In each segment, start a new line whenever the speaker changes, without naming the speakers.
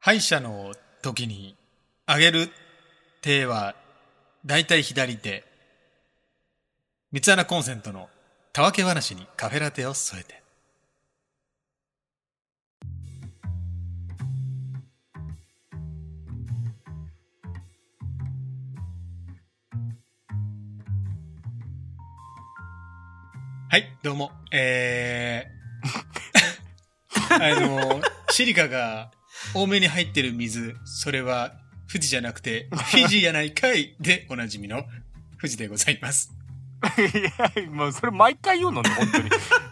歯医者の時に、上げる手は、だいたい左手。三つ穴コンセントのたわけ話にカフェラテを添えて。はい、どうも。えー、あの、シリカが多めに入ってる水、それは富士じゃなくてフィジーやないかいでおなじみの富士でございます。
いや、もうそれ毎回言うのね、本当 に。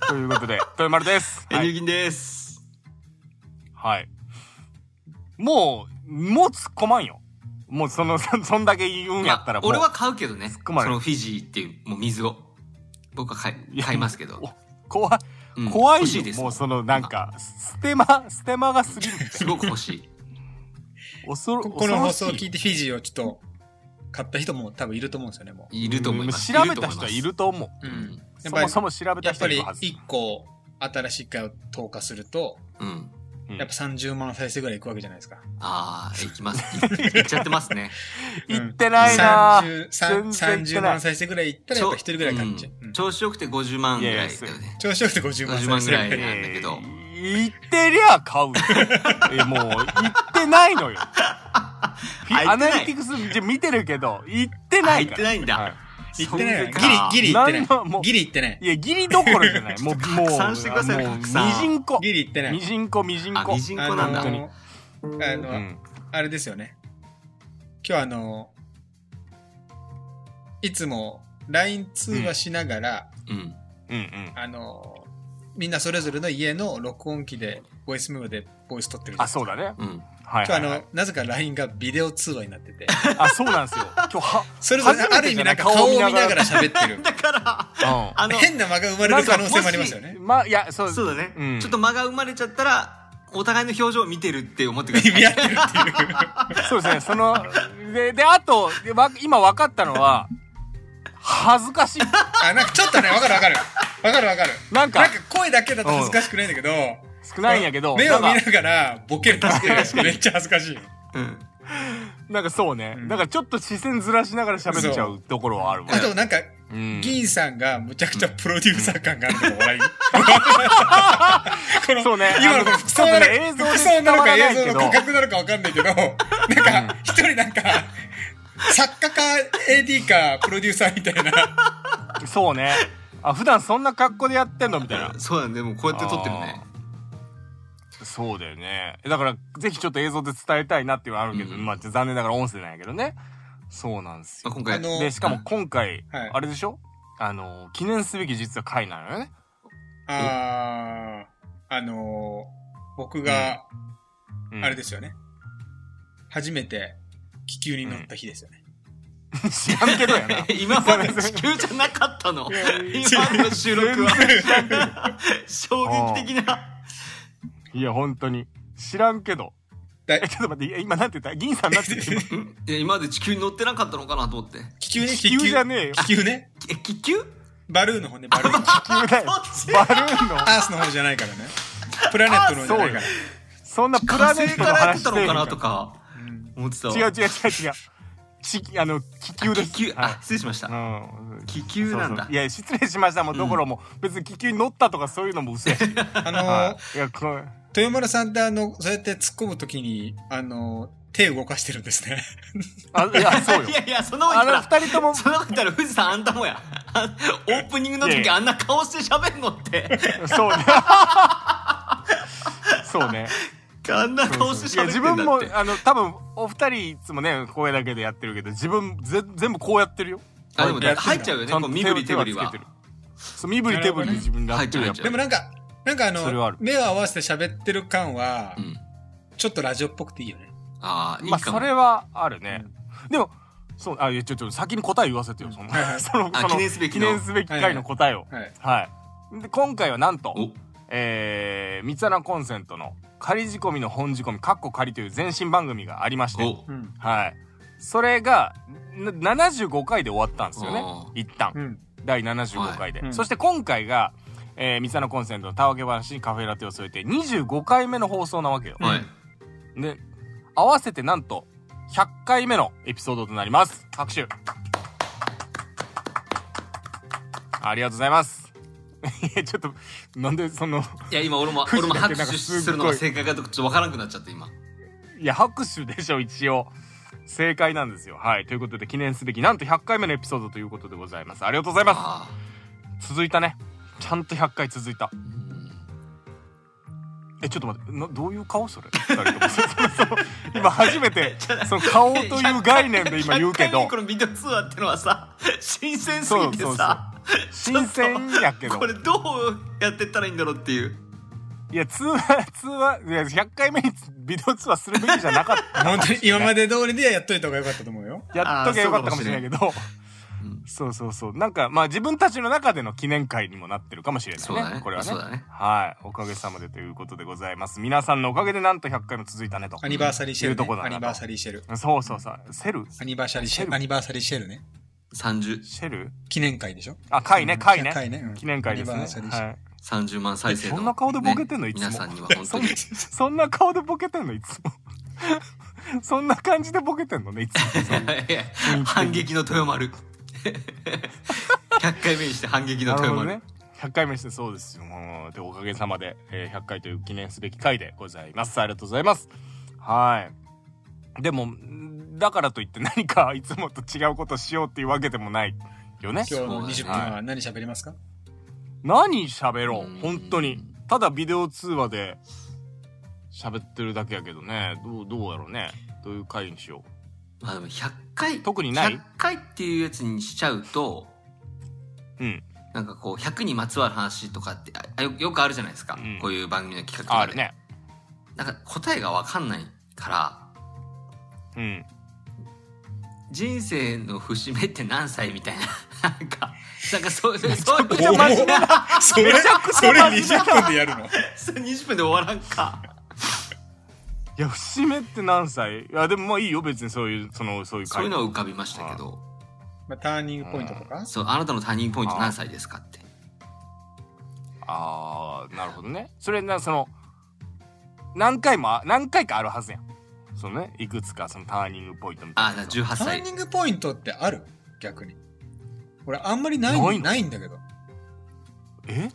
ということで、豊丸です。
エ
は
ンデュー
い。
ギンです。
はい、もう、もう突っ込まんよ。もうその、 そそんだけ言うんやったら
ま
も
あ
う。
俺は買うけどね。そ
っ込まれる
のフィジーっていう、もう水を。僕は買い
いや
買いますけど。
怖い、
うん
怖いよ
欲しいです。
もうそのなんか、ステマ、ステマがすぎる。
すごく欲しい。
恐ろ、
ここの放送を
恐ろし
聞いてフィジーをちょっと買った人も多分いると思うんですよね、もう。
いると思います。
調べた人はい
と思います。
ると思う。
う
うん
ん。や
そ
っぱり
もそも調べ
や
た
っぱ
人い
り
るはず。
一個新しい回を投下すると、
うん。
うん
やっぱ30万再生ぐらいいくわけじゃないですか。
ああ、い きます。いいっちゃってますね。
行ってないなぁ
30さん
全然行って
30
ない
万再生ぐらいいったらやっぱ一人ぐらい感じ
ちょ。う
うんん
調子よくて50万ぐらいだよ
いやい
ね。
調子よくて50万再生ぐらい。
50万ぐらいなんだけど
行ってりゃ買うよえもう行ってないのよ
行ってない
アナリティクスじゃ見てるけど行って
あ、
ない
行っ
か
て
ら
ないんだ。
言ってないよ
そうか
ギリ、ギリ言ってない
なんのもう。
ギリ言ってない。
いやギリどころじゃないもう
ちょっ
も
と
う
拡散してくださいよ
もう
拡散
みじんこ
ギリ言ってない。
みじんこみじん
あ、
こ
ミジンコなんだ。
あ
本
のー、あの
う、ん
あれですよね。今日あのー、いつも LINE 通話しながら、
うん。
うんうん
あのー、みんなそれぞれの家の録音機で、ボイスメモでボイス撮ってるじゃない
あ
ですか
そうだね
うん。
は
今
いはい
日
は
あ
い
の、なぜか LINE がビデオ通話になって て、
あそうなんですよ今日は
それぞれ
初め
ある
て
意味
じゃ
ないんか顔を見ながら喋って る。
だから、
う
あの、
変な間が生まれる可能性もありますよね
ん。まいやそう
そうだね、
うん
ちょっと間が生まれちゃったら、お互いの表情を見てるって思ってくださ い。
見合ってるっていう。
そうですね、その、で、で、あと、でわ今分かったのは、恥ずかしい。
あ、なんかちょっとね、わかるわかる。わかるわかる。
なんか
なんか声だけだと恥ずかしくないんだけど、
少ないんやけど、
目
な
を
ん
見な
か、
がらボケるってめっちゃ恥ずかしい。
うん。
なんかそうね、
うん
なんかちょっと視線ずらしながら喋っちゃうところはあるわ
あ。となんか、
うん
議員さんがむちゃくちゃプロデューサー感があるのも 笑い。この
そうね
今の
あの
服装な
ちょっとね映像
の
で
服装なのか
伝わらない
映
けど
像の価格なのかわかんないけ ど、なんか一人なんか、作家か AD かプロデューサーみ たいな。
そうね。あ、普段そんな格好でやってんのみたいな。
そうだね、もうこうやって撮ってるね。
そうだよね。だから、ぜひちょっと映像で伝えたいなっていうのはあるけど、
うん
まあ、じゃあ残念ながら音声なんやけどね。そうなんです
ま
よ
あ、。今
あ
回、
の
で、、しかも今回、
はい
あれでしょあの、記念すべき実は回なのよね。
あーあのー、僕が、
うん
あ れですよね。初めて気球に乗った日ですよね。
知らんけどやな。
今まで地球じゃなかったの。今の収録は。衝撃的な。
いや、本当に。知らんけど。
だ
え、ちょっと待って、いや今なんて言った銀さんなんて言 った今
うんいや今まで地球に乗ってなかったのかなと思って。
気球ね、
気球じゃねえよ
気球ね。
え、気球
バルーンの方ね、バル ーン。
急 だよ。バルーンの。
アースの方じゃないからね。プラネットの方じゃないから。
そんなプ
火
ラネッ
星
ト
か
の
ら
話
やって
して
た
る
のかなとか、思ってたわ
違う違う違う違う。ち、あの、気球です。
気
は
球、
い
あ、失礼しました。
うん。
気球なん
そ
だ
うそういや、失礼しました。もう、どころも、別に気球に乗ったとかそういうのも嘘やし。
あのー
はい。いや、こう
豊丸さんってあの、そうやって突っ込むときに、あのー手動かしてるんです ね。
あ、いや、そうよ
い。やいや、そんなこと
あ
言
の、
った
二人とも
ら、、そんなこと言ったら、富士山あんたもや。あオープニングの
いやい
時
や
あんな顔して喋んのって。
そう ね。そうね。
あんな顔して
いや
喋って
自
んだって。
分もあの多分お二人いつもね声だけでやってるけど自分ぜ全部こうやってるよ
あ、でも
やってんだ
入っちゃうよね。こう身振り手振りは。
そう身振り手振り自分でやってるやっ
入っちゃう入っち
ぱ
ゃう
でもなんか、なんかあの
それはある
目を合わせて喋ってる感は
う、ん。
ちょっとラジオっぽくていいよね。
ああ、いい
まあ
かも。
それはあるねでもそうあいやちょちょ先に答え言わせてよその
はいはい
その
あ
その
記念すべき
記
の
念すべき回の答えを
はい。
はいで今回はなんと
お、
えー三つ穴コンセントの仮仕込みの本仕込みかっこ仮という前身番組がありまして
お、
うん。
はいそれがな75回で終わったんですよね
あ
一旦
うん。
第75回で、
はいうん
そして今回が「えー、三ツ穴コンセントのたわけ話にカフェラテを添えて」25回目の放送なわけよ、
はい。
で合わせてなんと100回目のエピソードとなります拍手ありがとうございます いやちょっとなんでその
いや今俺も
くし
俺
だけ
も拍
なんか
手
すっごい
するのが正解かどうかちょっとわからなくなっちゃって今
いや拍手でしょ一応正解なんですよはいということで記念すべきなんと100回目のエピソードということでございますありがとうございま
あ
す続いたねちゃんと100回続いた
あうん
えちょっと待ってなどういう顔それ二人ともそそそ今初め てその顔という概念で今言うけ
100回目
ど
このビデオツアーってのはさ新鮮すぎてさ
そうそうそう新鮮やけど
これどうやってったらいいんだろうっていう
いや通話通話いや100回目にビデオ通話するべきじゃなかった
本当 に今まで通りでやっといた方が良かったと思うよ。
やっとけばよかったかもしれないけど
うん
そうそうそうなんかまあ自分たちの中での記念会にもなってるかもしれない
そうだ
ね
ね
これはね
そうだね
はいおかげさまでということでございます皆さんのおかげでなんと100回も続いたねと
アニバーサリーシェル、
いうとこ
ね。
だな
ア
と
ニバーサリーシェル。
そうそうそうセル
アニバーサリーシェ
シェ
ル。
ル
アニバーサリーシェルね。
3030
シェル
記念会でしょ
あ会ね会
会
ね
ね。うん
記念会です
アニバ
ね
ーサリーシェル
はい
万再生の、
そんな顔でボケてんのいつも
皆さんには本当に
そんな顔でボケてんのいつも そんな感じでボケてんのねいつも
いや 反撃の豊丸 100回目にして反撃の
なるほ
豊
ど
丸、
ね100回目してそうですよもうでおかげさまで、えー100回という記念すべき回でございますありがとうございますはいでもんだからといって何か いつもと違うことしようっていうわけでもないよね
今日の
そ
20
う
分
だね
は何喋りますか
何喋ろ
うん
う本当にただビデオ通話で喋ってるだけやけどねどうどうやろうねどういう回にしよ
まあでも100回
特にない
100回っていうやつにしちゃうと
ううん
なんかこう100にまつわる話とかってああよよくあるじゃないですか、
うん
こういう番組の企画と
あ
か
あ
で
るね
なんか答えが分かんないから
うん
人生の節目って何歳みたいな なんかなんかそういうそういう
めちゃ真面目な
それ、
めちゃくち
そ
ゃ
れ
真面目だ
20分でやるの
そう20分で終わらんか
いや節目って何歳いやでもまあいいよ別にそういうそのそういう
そう
回
いうのは浮かびましたけど
まあ、ターニングポイントとか
そうあなたのターニングポイント何歳ですかって
ああなるほどねそれなその何回もあ何回かあるはずやんそのねいくつかそのターニングポイントみたいな
ああだから18
ター
歳
ニングポイントってある逆に。俺、あんまりない
な
ないい
の
んだけど。
え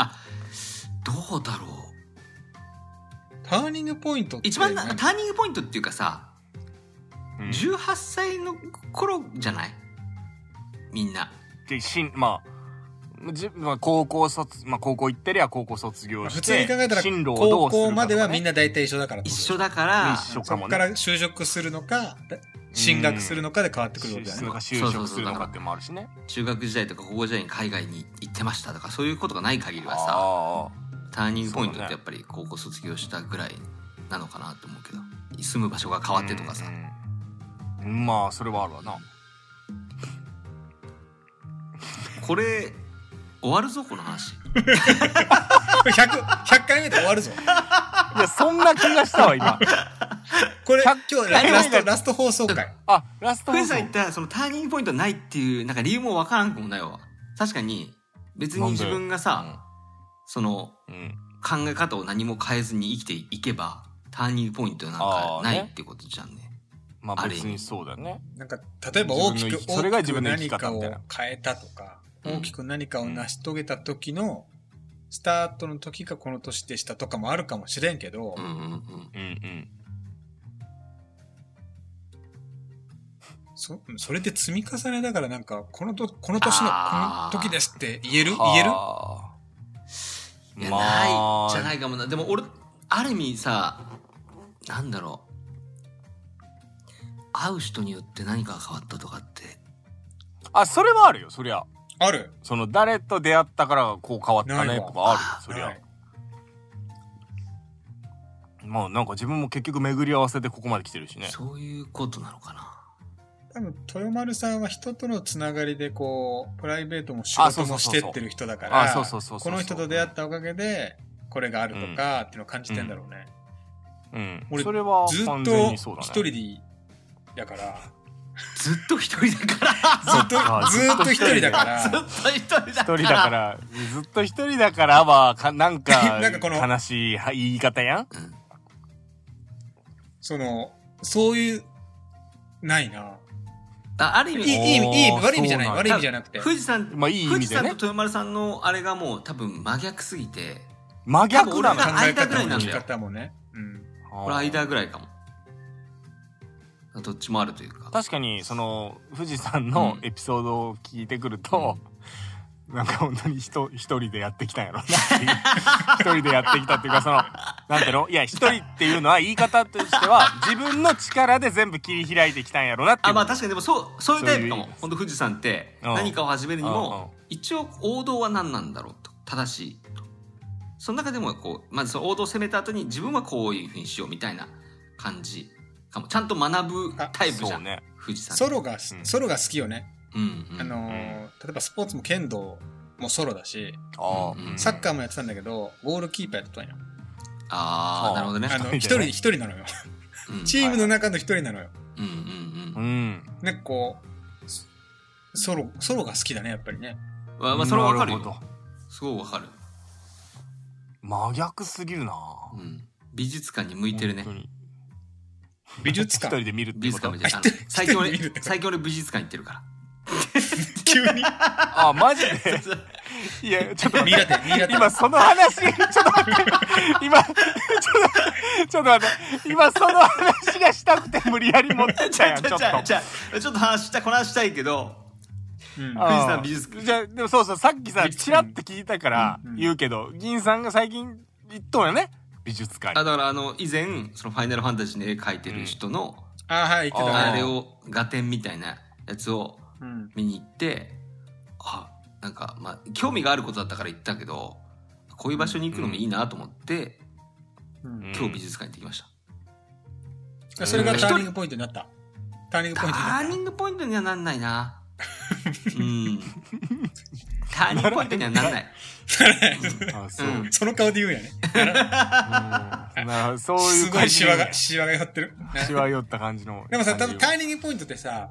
どうだろう
ターニングポイントって。
一番な
何
ターニングポイントっていうかさ
うん
18歳の頃じゃないみんな
でしんまあじまあ高校卒まあ高校行ってりゃ高校卒業して
普通に考えたら、
進路
高
をどうするかとかね
校まではみんな大体一緒だからって
一
こと
緒だから
一緒
そ
か
こ
も
か
ね
ら就職するのか、進学するのかで変わってくるわけだよ
就
ね。
職就職するのかってのもあるしね
中学時代とか高校時代に海外に行ってましたとかそういうことがない限りはさ
ああ
ターニングポイントっ
そう
て
ね
やっぱり高校卒業したぐらいなのかなと思うけど住む場所が変わってとかさ
うんうんまあそれはあるわな
これ終わるぞこの話
これ 100, 100回目で終わるぞ。
いやそんな気がしたわ今
これ、
100
今日
回目
ラス
だ
ト、ラスト放送回。
あラスト
ふ
放
え
送
さん言ったそのターニングポイントないっていうなんか理由もわからんくもないわ確かに別に自分がさその
うん
考え方を何も変えずに生きていけばターニングポイントなんかないってことじゃんね
ま
あ
あ
る意味
別にそうだね
なんか、例えば大きく
自分の生、きそれが
大
自
きく
分の生
何
き方
か
み
を
たい
変
な
えたとか、
うん
大きく何かを成し遂げた時の、スタートの時がこの年でしたとかもあるかもしれんけど
うん、うんう
う
ん
んうん
そそれで積み重ねだからなんか、このと、この年の、こ
あー
の時ですって言える言える
はあ
いや、
まあ
ないじゃないかもなでも俺ある意味さなんだろう会う人によって何かが変わったとかって
あそれはあるよそりゃ
ある
その誰と出会ったからこう変わった
な
ね
い
と
わ
かあるよそり
は
ゃ
い
まあなんか自分も結局巡り合わせでここまで来てるしね
そういうことなのかな
多分、豊丸さんは人とのつながりでこう、プライベートも仕
あそ
事も
うそうそ
し
うそう
てってる人だか
あ
ら、
そうそうそうそう
この人と出会ったおかげで、これがあるとかっていうのを感じてんだろうね。
うん
俺
それは
ずっ
完全
と
に
一
そうだね
人でだから、
ずっと一人だから
ずっと
あ、
ずっと一人だか
ずっ
ら、
と一人だか
一人だ
ら
からずっと一人だからはかなんか
なんかこの
悲しいは言い方やん
うん
その、そういう、ないな。
あある意
いい、
味
いい、いい、
あー
悪い意味じゃない、
そうなんだ
悪い意味じゃなくて。
富士山、
まあいい意
富
味
士
で
山と
ね
豊丸さんのあれがもう多分真逆すぎて
真逆なのよ
多分俺が間ぐらい
も
なんだ
生き
よ
方もね。うん。
あー
これ間ぐらいかもどっちもあるというか
確かにその富士山のエピソードを聞いてくると、なんか本当に人一人でやってきたんやろなっていう 一人でやってきたっていうかそのなんていうのいや一人っていうのは言い方として は自分の力で全部切り開いてきたんやろなっていう
あまあ確かにでもそうそういうタイプか
そういう意味
も
です
本当富士山って
うん
何かを始めるにも
う
一応王道は何なんだろうと正しいとその中でもこうまずその王道を攻めた後に自分はこういうふうにしようみたいな感じかもちゃんと学ぶタイプじ
そ
ゃ、
うんね
富士山
ソロが、
うん
ソロが好きよね。
うんうん
あのー
うん
例えばスポーツも剣道もソロだし、
あ
うん
サッカーもやってたんだけど、ゴールキーパーやってたんよ。
あ
そう
あなるほどね
あの、
一
一
人
人、
でね
一人なのよ。
うん
チームの中の一人なのよ。
うんうん
う
うん
ん
なんかこう、ソソロ、ソロが好きだね、やっぱりね。
まあまあそれはわかる
な
よ
ほど
すごいわかる、
真逆すぎるな
うん、美術館に向いてるね
本当に
美術
一
館
人で見るって
美
いうこ
術
と
館みたいなあの最近
一人で見るってこ
俺
と
最近俺美術館行ってるから
急に。
あマジでいやちょっと待って
ミイラテ、ミイラテ。
今その話、ちょっと待って、今、ちょっと、ちょっと待って、今その話がしたくて無理やり持ってっ
じ
た
ゃ
や
あ
ん、ち
じ
ょ
ゃ
っ
あ
と
じ。ゃあじゃあちょっと話したこの話したいけど
うん
あー
富士山美術館
じゃあでもそうそう、さっきさ、
美術
チラッと聞いたから
うんうん
言うけど、銀さんが最近行っとんよね、美術館
あ
に。
だからあの以前その「ファイナルファンタジー」の絵描いてる人の
あー、はい、言ってた
あ
ね。
れを画展みたいなやつを
うん。
見に行ってあなんかまあ興味があることだったから行ったけどこういう場所に行くのもいいなと思って
うん
今日美術館行ってきました
それがターニングポイントになった。ターニング
タ
ポイントになった。
ーニングポイントにはなんな いなうんターニングポイントにはなんない
あそうう。
ん
その顔で言うんやね。
うんなるほどそうい
す
う
ご
感
い
じ
シ
に
ワが、シワが寄ってる。
しわ寄った感じの。
でもさ、多分タ
感
ーニングポイントってさ、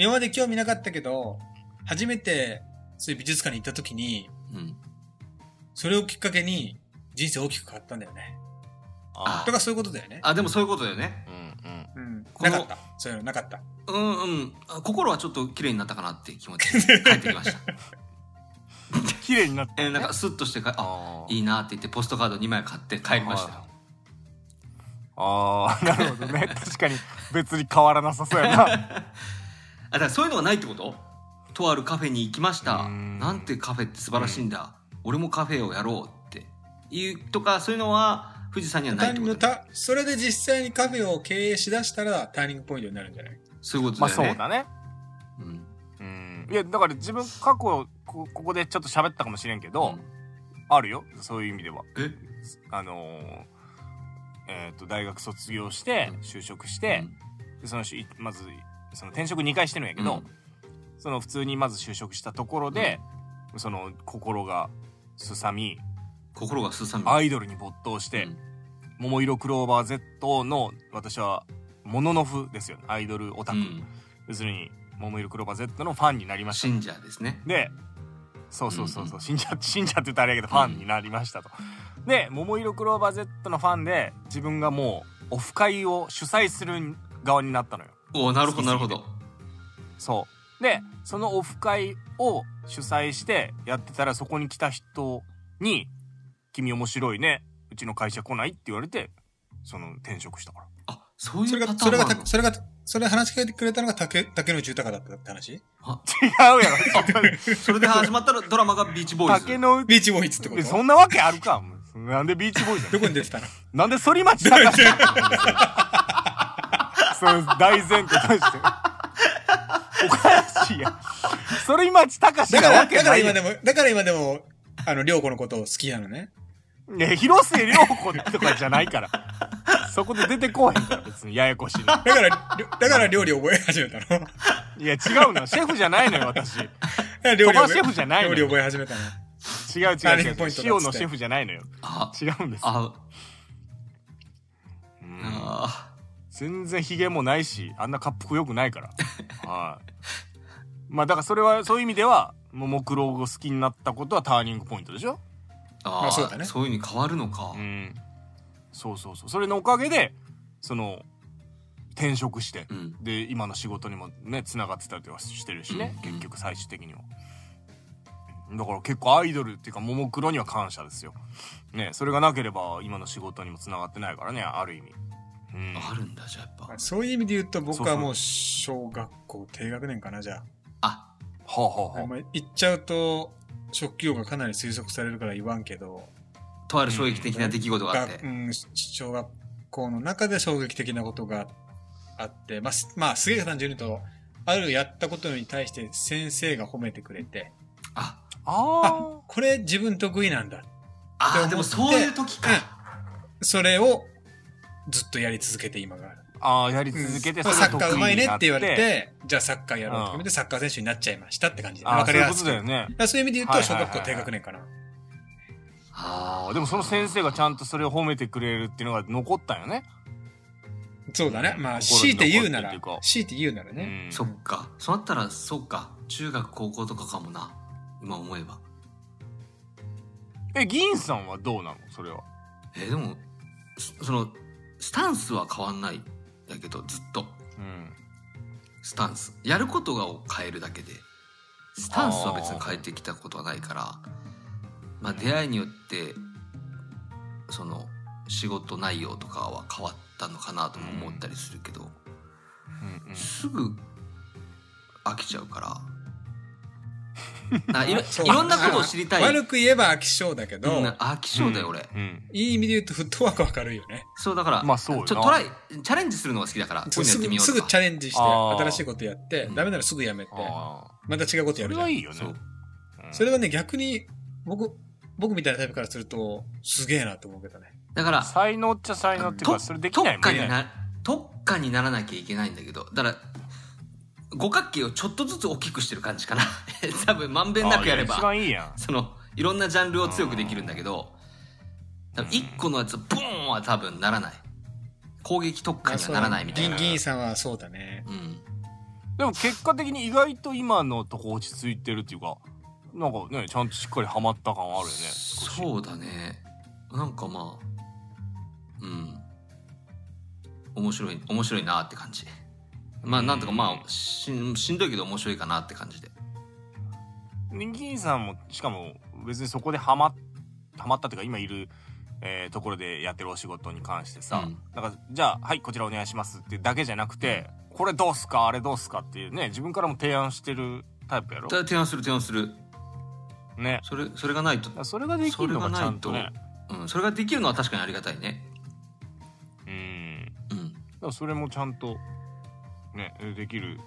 今まで興味なかったけど、初めてそういう美術館に行った時に、
うん
それをきっかけに人生大きく変わったんだよね。
あ
とかそういうことだよね。
あでもそういうことだよね
うんうん
うん。
こ
な
の
かった。そういうのなかった。
うんうんあ心はちょっと綺麗になったかなっていう気持ちで帰ってき ました
綺麗になった。
えーなんかスッとしてかあ
あー
いいなって言ってポストカード2枚買って帰りましたよ
はいあー、なるほ どね。確かに別に変わらなさそうやな。
あだからそういうのがないってこととあるカフェに行きました
うん
なんてカフェって素晴らしいんだ、俺もカフェをやろうっていうとかそういうのは富士山にはない
ター
って
ニン
こ
グ
と
た、それで実際にカフェを経営しだしたらターニングポイントになるんじゃない
そういうこと
まあ
だよ
そ
ね、
うだね。
うん
うんいやだから自分過去こここでちょっと喋ったかもしれんけど、あるよそういう意味では
え
あのーえっ、と大学卒業して
うん
就職して、でそのしまずその転職2回してるんやけど、その普通にまず就職したところで、その心がすさみ
心がすさみ
アイドルに没頭して、
うん
桃色クローバー Z の私はモノノフですよねアイドルオタ
う
ク、
ん
要するに桃色クローバー Z のファンになりました
信者ですね
でそうそうそう
うん
そうう信者信者って言ったらあれやけどファンになりましたと。で「桃色クローバー Z」のファンで自分がもうオフ会を主催する側になったのよ。
おおなるほどなる
好
ほど
そうでそのオフ会を主催してやってたらそこに来た人に「君面白いねうちの会社来ない?」って言われてその転職したから。
あそう
そ
い
れ
うパ
が、
タ
そ
ー
れ
ン
が
もある
た、それが、それ話しかけてくれたのが竹、竹野内豊だったって話
違 うやろ
のそれで始まったらドラマがビーチボー イズ
竹の内
ビーチボーイズってこと
そんなわけあるかなんでビーチボーイズ
どこに出てたの
なんで反町隆史その大前提として。おかしいやん。反町隆
だ
史
か
な
ら、
わけ
だか
な
ら
いや
今
ん。
でも、だから今でも、あの、涼子のことを好きなのね。
ね広末涼子とかじゃないから。そこで出てこうへんから、別にややこしいな。
だから、りょだから料理覚え始めたの。
いや、違うの。シェフじゃないのよ、私。違う
料理
鳥羽シェフじゃない
料
の
理覚え始めたの。
違う
ターニン
違
グポイントだ
う。
っつって
塩のシェフじゃないのよ。
あ
違うんです。
あ
うん
あ
全然ヒゲもないしあんな滑腹良くないから はいまあだからそれはそういう意味ではももクロを好きになったことはターニングポイントでしょ
あ、
まあそうだね
そういうふうに変わるのか、
うんそうそうそうそれのおかげでその転職して
う、ん
で今の仕事にもねつながってたりはしてるしね、
うん
結局最終的にはだから結構アイドルっていうかももクロには感謝ですよねそれがなければ今の仕事にもつながってないからねある意味うん
あるんだじゃあやっぱ
そういう意味で言うと僕
そう
は
そう
もう小学校低学年かなじゃ
あ
はあは
ああ
あ
ん
は
まり言っちゃうと職業がかなり推測されるから言わんけど
とある衝撃的な出来事があって
がうん、し小学校の中で衝撃的なことがあって、まあ、すまあ、すげえ単純に言うと、あるやったことに対して先生が褒めてくれて、
あ
あ
あこれ自分得意なんだ。
あー
で
で
思
も
って
そういう時か、
それをずっとやり続けて今がある。
ーあーやり続け
う
て
ん
そ
サ
れ
ッ
が
カー
得
うまい
意
ね
に
っ
な
て
って
言われ
て
て、じゃあサッカーやろうって決めてサッカー選手になっちゃいましたって感じで。
あ
わ
あ
か
そう
り
いう
や
こ
す
と
く。
だよね
だからそういう意味で言うと、小学校
はいはいはい
低
はい
学年かな。
あ
あ
あ
ーでもその先生がちゃんとそれを褒めてくれるっていうのが残ったよね
そうだね。まあ、強
心
い
に残
て言うなら
ってるっていうか、
強いて言うならね。
うん
そっかそうなったらそうか中学高校とかかもな今思えば
え銀さんはどうなのそれは
えーでもそそのスタンスは変わんないだけどずっと
うん
スタンスやることがを変えるだけでスタンスは別に変えてきたことはないからまあ、出会いによってその仕事内容とかは変わったのかなとも思ったりするけど、
うんうん
すぐ飽きちゃ うからないろ
そう
いろんなことを知りたい
悪く言えば飽き性だけど、
うん飽き性だよ俺、
うん
いい意味で言うとフットワークは軽いよね。
そうだから、
まあそうよな
ちょトライチャレンジするのが好きだからこういうの
す
やってみ
ぐ
よう
す
と
ぐ
か
チャレンジして
あー
新しいことやって、
うん
ダメならすぐやめて
ああ
また違うことやる
それ
じゃ
はい
ん
いよね
そう
うん
それはね逆に僕僕みたいなタイプからするとすげえなと思うけどね
だから
才能っちゃ才能っていうか
と
それできないもん
特化に
ね
な特化にならなきゃいけないんだけどだから五角形をちょっとずつ大きくしてる感じかな 多分まんべんなくやれば
あい一番いいやん
そのいろんなジャンルを強くできるんだけど多分一個のやつボーンは多分ならない攻撃特化にはならないみたい
あそう
な
だね銀銀さんはそうだね
うん
でも結果的に意外と今のとこ落ち着いてるっていうかなんかねちゃんとしっかりハマった感はあるよね少し
そうだねなんかまあうん面白い面白いなって感じまあなんとかまあしんしんどいけど面白いかなって感じで
人気さんもしかも別にそこでハマっハマったっていうか今いる、えーところでやってるお仕事に関してさ、
うん
なんかじゃあはいこちらお願いしますってだけじゃなくてこれどうすかあれどうすかっていうね自分からも提案してるタイプやろ
ただ提案する提案する
ね
それそれがないと
だからそれができるのがちゃんと
それ
ね
がうん、それができるのは確かにありがたいね。
うん
うん、
だからそれもちゃんとねできる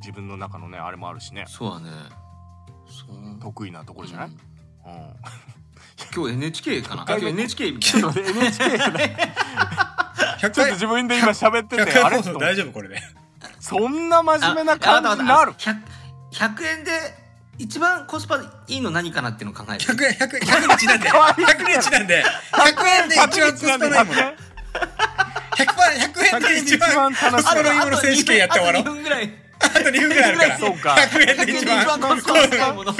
自分の中のねあれもあるしね
そうだね。そう
得意なところじゃない、
うん
うん、
今日 NHK かな。
回
今
目
日 NHK み
ち
たい
ょ
な
っ。と NHK だね
100
ちょっと
回
自分で今喋って
100
てあ
回
れ
放送大
と
丈夫これで
そんな真面目な感じになる
100 100円で一番コスパいいの何かなっていうのを考えて。
100円100 100にちなんで100にちなんで100円で一番コスパないもの100
100
円で一番
100円で一番楽しい
コスパのいいもの選手権やって終わろ
あと
う
2分ぐらい。
あと2分ぐらいあるから
そうか
100円
100
で
円で
一
一
番
番コスパいいもの。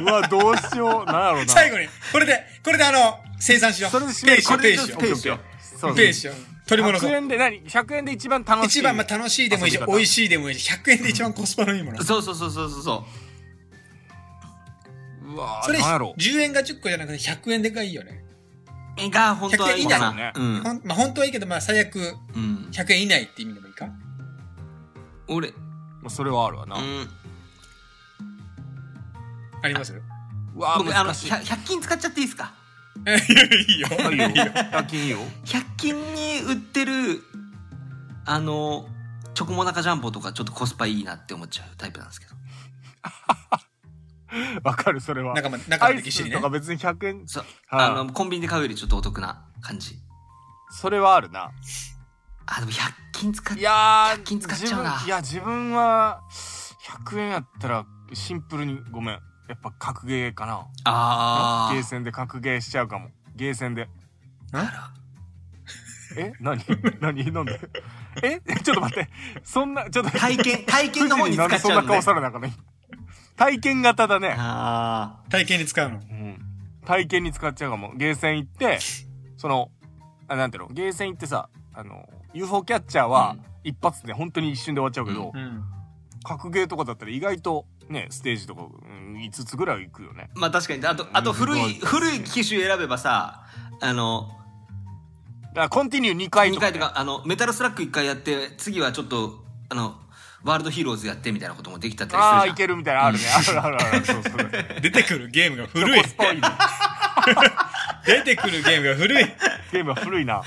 うわどうしようなんやろうな
最後にこれでこれであの生産しよう
それで締
ペ
め
イ
る
しようペイ
こ
し
れ
よう
でオッケーオッケーそう
ペイしよう取り戻そ
100
う
円で何100円で一番楽しい
一番まあ楽しいでもいいし
遊び方
美味しいでもいいし100円で一番コスパのいいもの
そうそうそうそうそうそう
わ
それ
なんやろう
10円が10個じゃなくて100円でがいいよね、
う。が本当はいいんだ
100円
な
以。
うん
ほんまあ本当はいいけどまあ最悪
うん。
100円以内って意味でもいいか
俺、う。
まあそれはあるわな、うん
あります
わ
僕あの
難しい
100 100均使っちゃっていいですか。
え いいよ
あいいよ100均いいよ
100均に売ってるあのチョコモナカジャンボとかちょっとコスパいいなって思っちゃうタイプなんですけど
わかるそれは
仲間仲
ア
間
イ
的し
ス
に
と
ね
か別に100円
そう
はい
あのコンビニで買うよりちょっとお得な感じ
それはあるな
あでも100均使っ
いやー
100均使っちゃうな
自分いや自分は100円やったらシンプルにごめんやっぱ格ゲーかな
あ
ゲーセンで格ゲーしちゃうかもゲーセンでえ何何飲んで えちょっと待ってそんなちょっと待って
体験体験の方
富士
に
にな
使
んで
っち
そん
ゃ
な顔されな
うの、ね、
かね体験型だね、
あ
体験に使うの
うん、体験に使っちゃうかもゲーセン行ってそのあなんていうのゲーセン行ってさあの UFO キャッチャーは、
うん
一発で本当に一瞬で終わっちゃうけど、
うん。
格ゲーとかだったら意外とねステージとか、うん、5つぐらい行くよね
まあ確かにあとあと古い
うん
古い機種選べばさあの
だからコンティニュー2回
2
とか,、
回とかあのメタルスラック1回やって次はちょっとあのワールドヒーローズやってみたいなこともできたったりするじゃん
ああいけるみたいなのあるねあるあるある そうそう
出てくるゲームが古い
コ。スパいいね
出てくるゲームが古い。
ゲームは古いな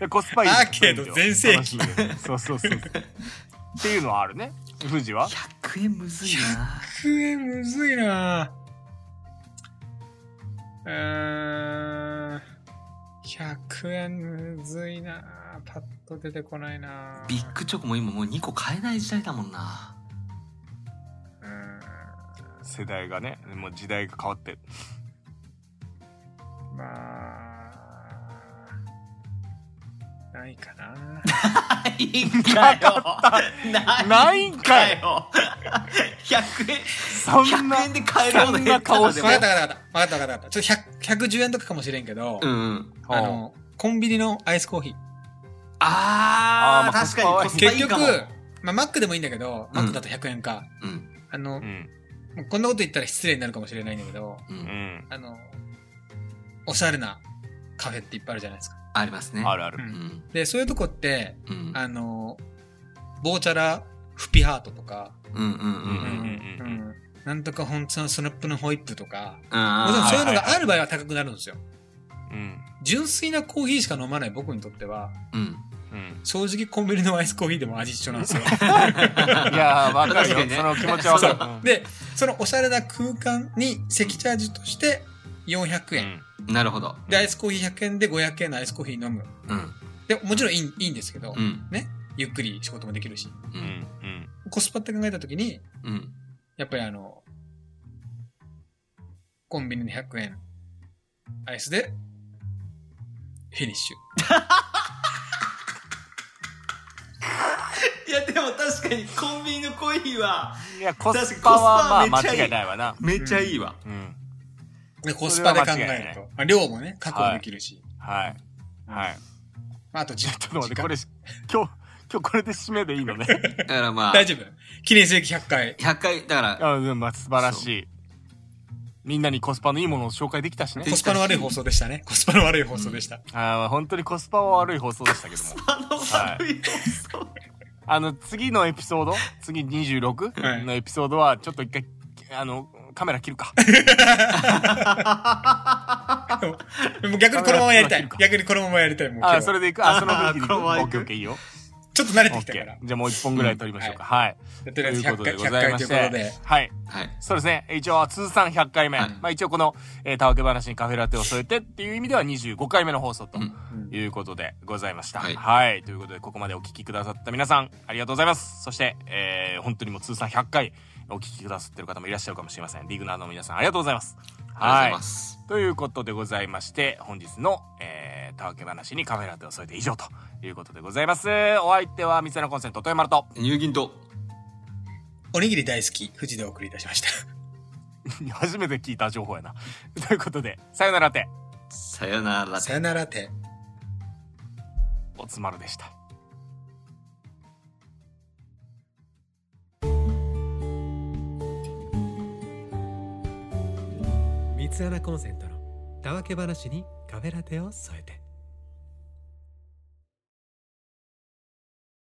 でコスパいい
アーケード全盛期
楽しいねそうそうそうそうっていうのはあるね富士は
100円むずいな
クエむずいなうーん。100円むずいなパッと出てこないな
ビッグチョコも今もう2個買えない時代だもんな
うーん
世代がねもう時代が変わって
まあ、ないかな
ないんかよ
ないんかい
よ100円
そんな
100円で買えるような
そ
やつ
んな顔し
分
て
かった分かった分かった分かった分かった。ちょっと100 110円とかかもしれんけど、
うんうん
あの、コンビニのアイスコーヒー。
あ
あー
ー
まあ
確かにコスパ
結
い
局
いかも、
まあ、マックでもいいんだけど、マックだと100円か。
うん
あの
う、ん
もうこんなこと言ったら失礼になるかもしれないんだけど、
う
うんん
あの、おしゃれなカフェっていっぱいあるじゃないですか。
ありますね
あるある、
うん
うん
で、そういうとこって、
うん
あの、ボーチャラフピハートとか、
うんうんうん
う
うんん
う
うんん
う
うん
ん、なんとか本当のスナップのホイップとか、もちろん
あ
そういうの
はい
が
はいはい
ある場合は高くなるんですよ。
うん
純粋なコーヒーしか飲まない僕にとっては、
ーうん
うん、
正直コンビニのアイスコーヒーでも味一緒なんですよ。
いやーわかる
確
よ
かにね
その気持ちはわかる
そ
うん
で、そのおしゃれな空間に赤チャージとして400円。
なるほど
で、アイスコーヒー100円で500円のアイスコーヒー飲む。
うん
で、もちろんいいいいんですけど、
うん
ゆっくり仕事もできるし。
う
うん
ん
うん
コスパって考えたときに、
うん
やっぱりあの、コンビニの100円、アイスで、フィニッシュ。
いやでも確かにコンビニのコーヒーは
うんいやコス
確
パ
かにコ
はまあ
スパはめっちゃいい
間違いないわな
めっちゃいいわ、
うん
でコスパで考
それは間違い
え
な
る
い
と。まあ、量もね、確保できるし。
はいはい
まあ、あと時間。
ちょっと待って、これ、今日、今日これで締めでいいのね。
だからまあ
大丈夫。記念すべき100回。
100回だから
あうん、まあ、素晴らしい。みんなにコスパのいいものを紹介できたしね
で。
コスパの悪い放送でしたね。コスパの悪い放送でした。
あー本当にコスパは悪い放送でしたけども。
あの悪い放送
あの、次のエピソード、次
はい
26のエピソードは、ちょっと一回、あの、カメラ切るか。
でもでも逆にこのままやりたい。逆にこのままやりたい。もう今日
あ、それでいくあ、その雰囲気でいく
あーこのままいく
オッケーオッケーいいよ。
ちょっと慣れ
オ
てき
ッ
た
ケ
から
ー。じゃあもう一本ぐらい撮りましょうか。はい。
でと
と
りあえ
い
ず
うこ
100
とで
回、
ご
100
ざい
回
ま
という
し
ことで
て。。はい。
はい
そうですね。一応、通算100回目。
はい
まあ一応この、えー、たわけ話にカフェラテを添えてっていう意味では25回目の放送と
うん
いうことでございました。
はい
はい。ということで、ここまでお聞きくださった皆さん、ありがとうございます。そして、えー、本当にもう通算100回お聞きくださってる方もいらっしゃるかもしれません。リグナーの皆さん、ありがとうございます。
あ
は
りがとうござい
い
ま。す
ということでございまして、本日の、えー、たわけ話にカフェラテを添えて以上ということでございます。お相手は、三つのコンセント、豊丸と。
入銀と
おにぎり大好き、富士でお送りいたしました。
初めて聞いた情報やな。ということで、さよならて、
さよなら
さよならて。
おつまるでした。
三つ穴コンセントのたわけ話にカフェラテを添えて。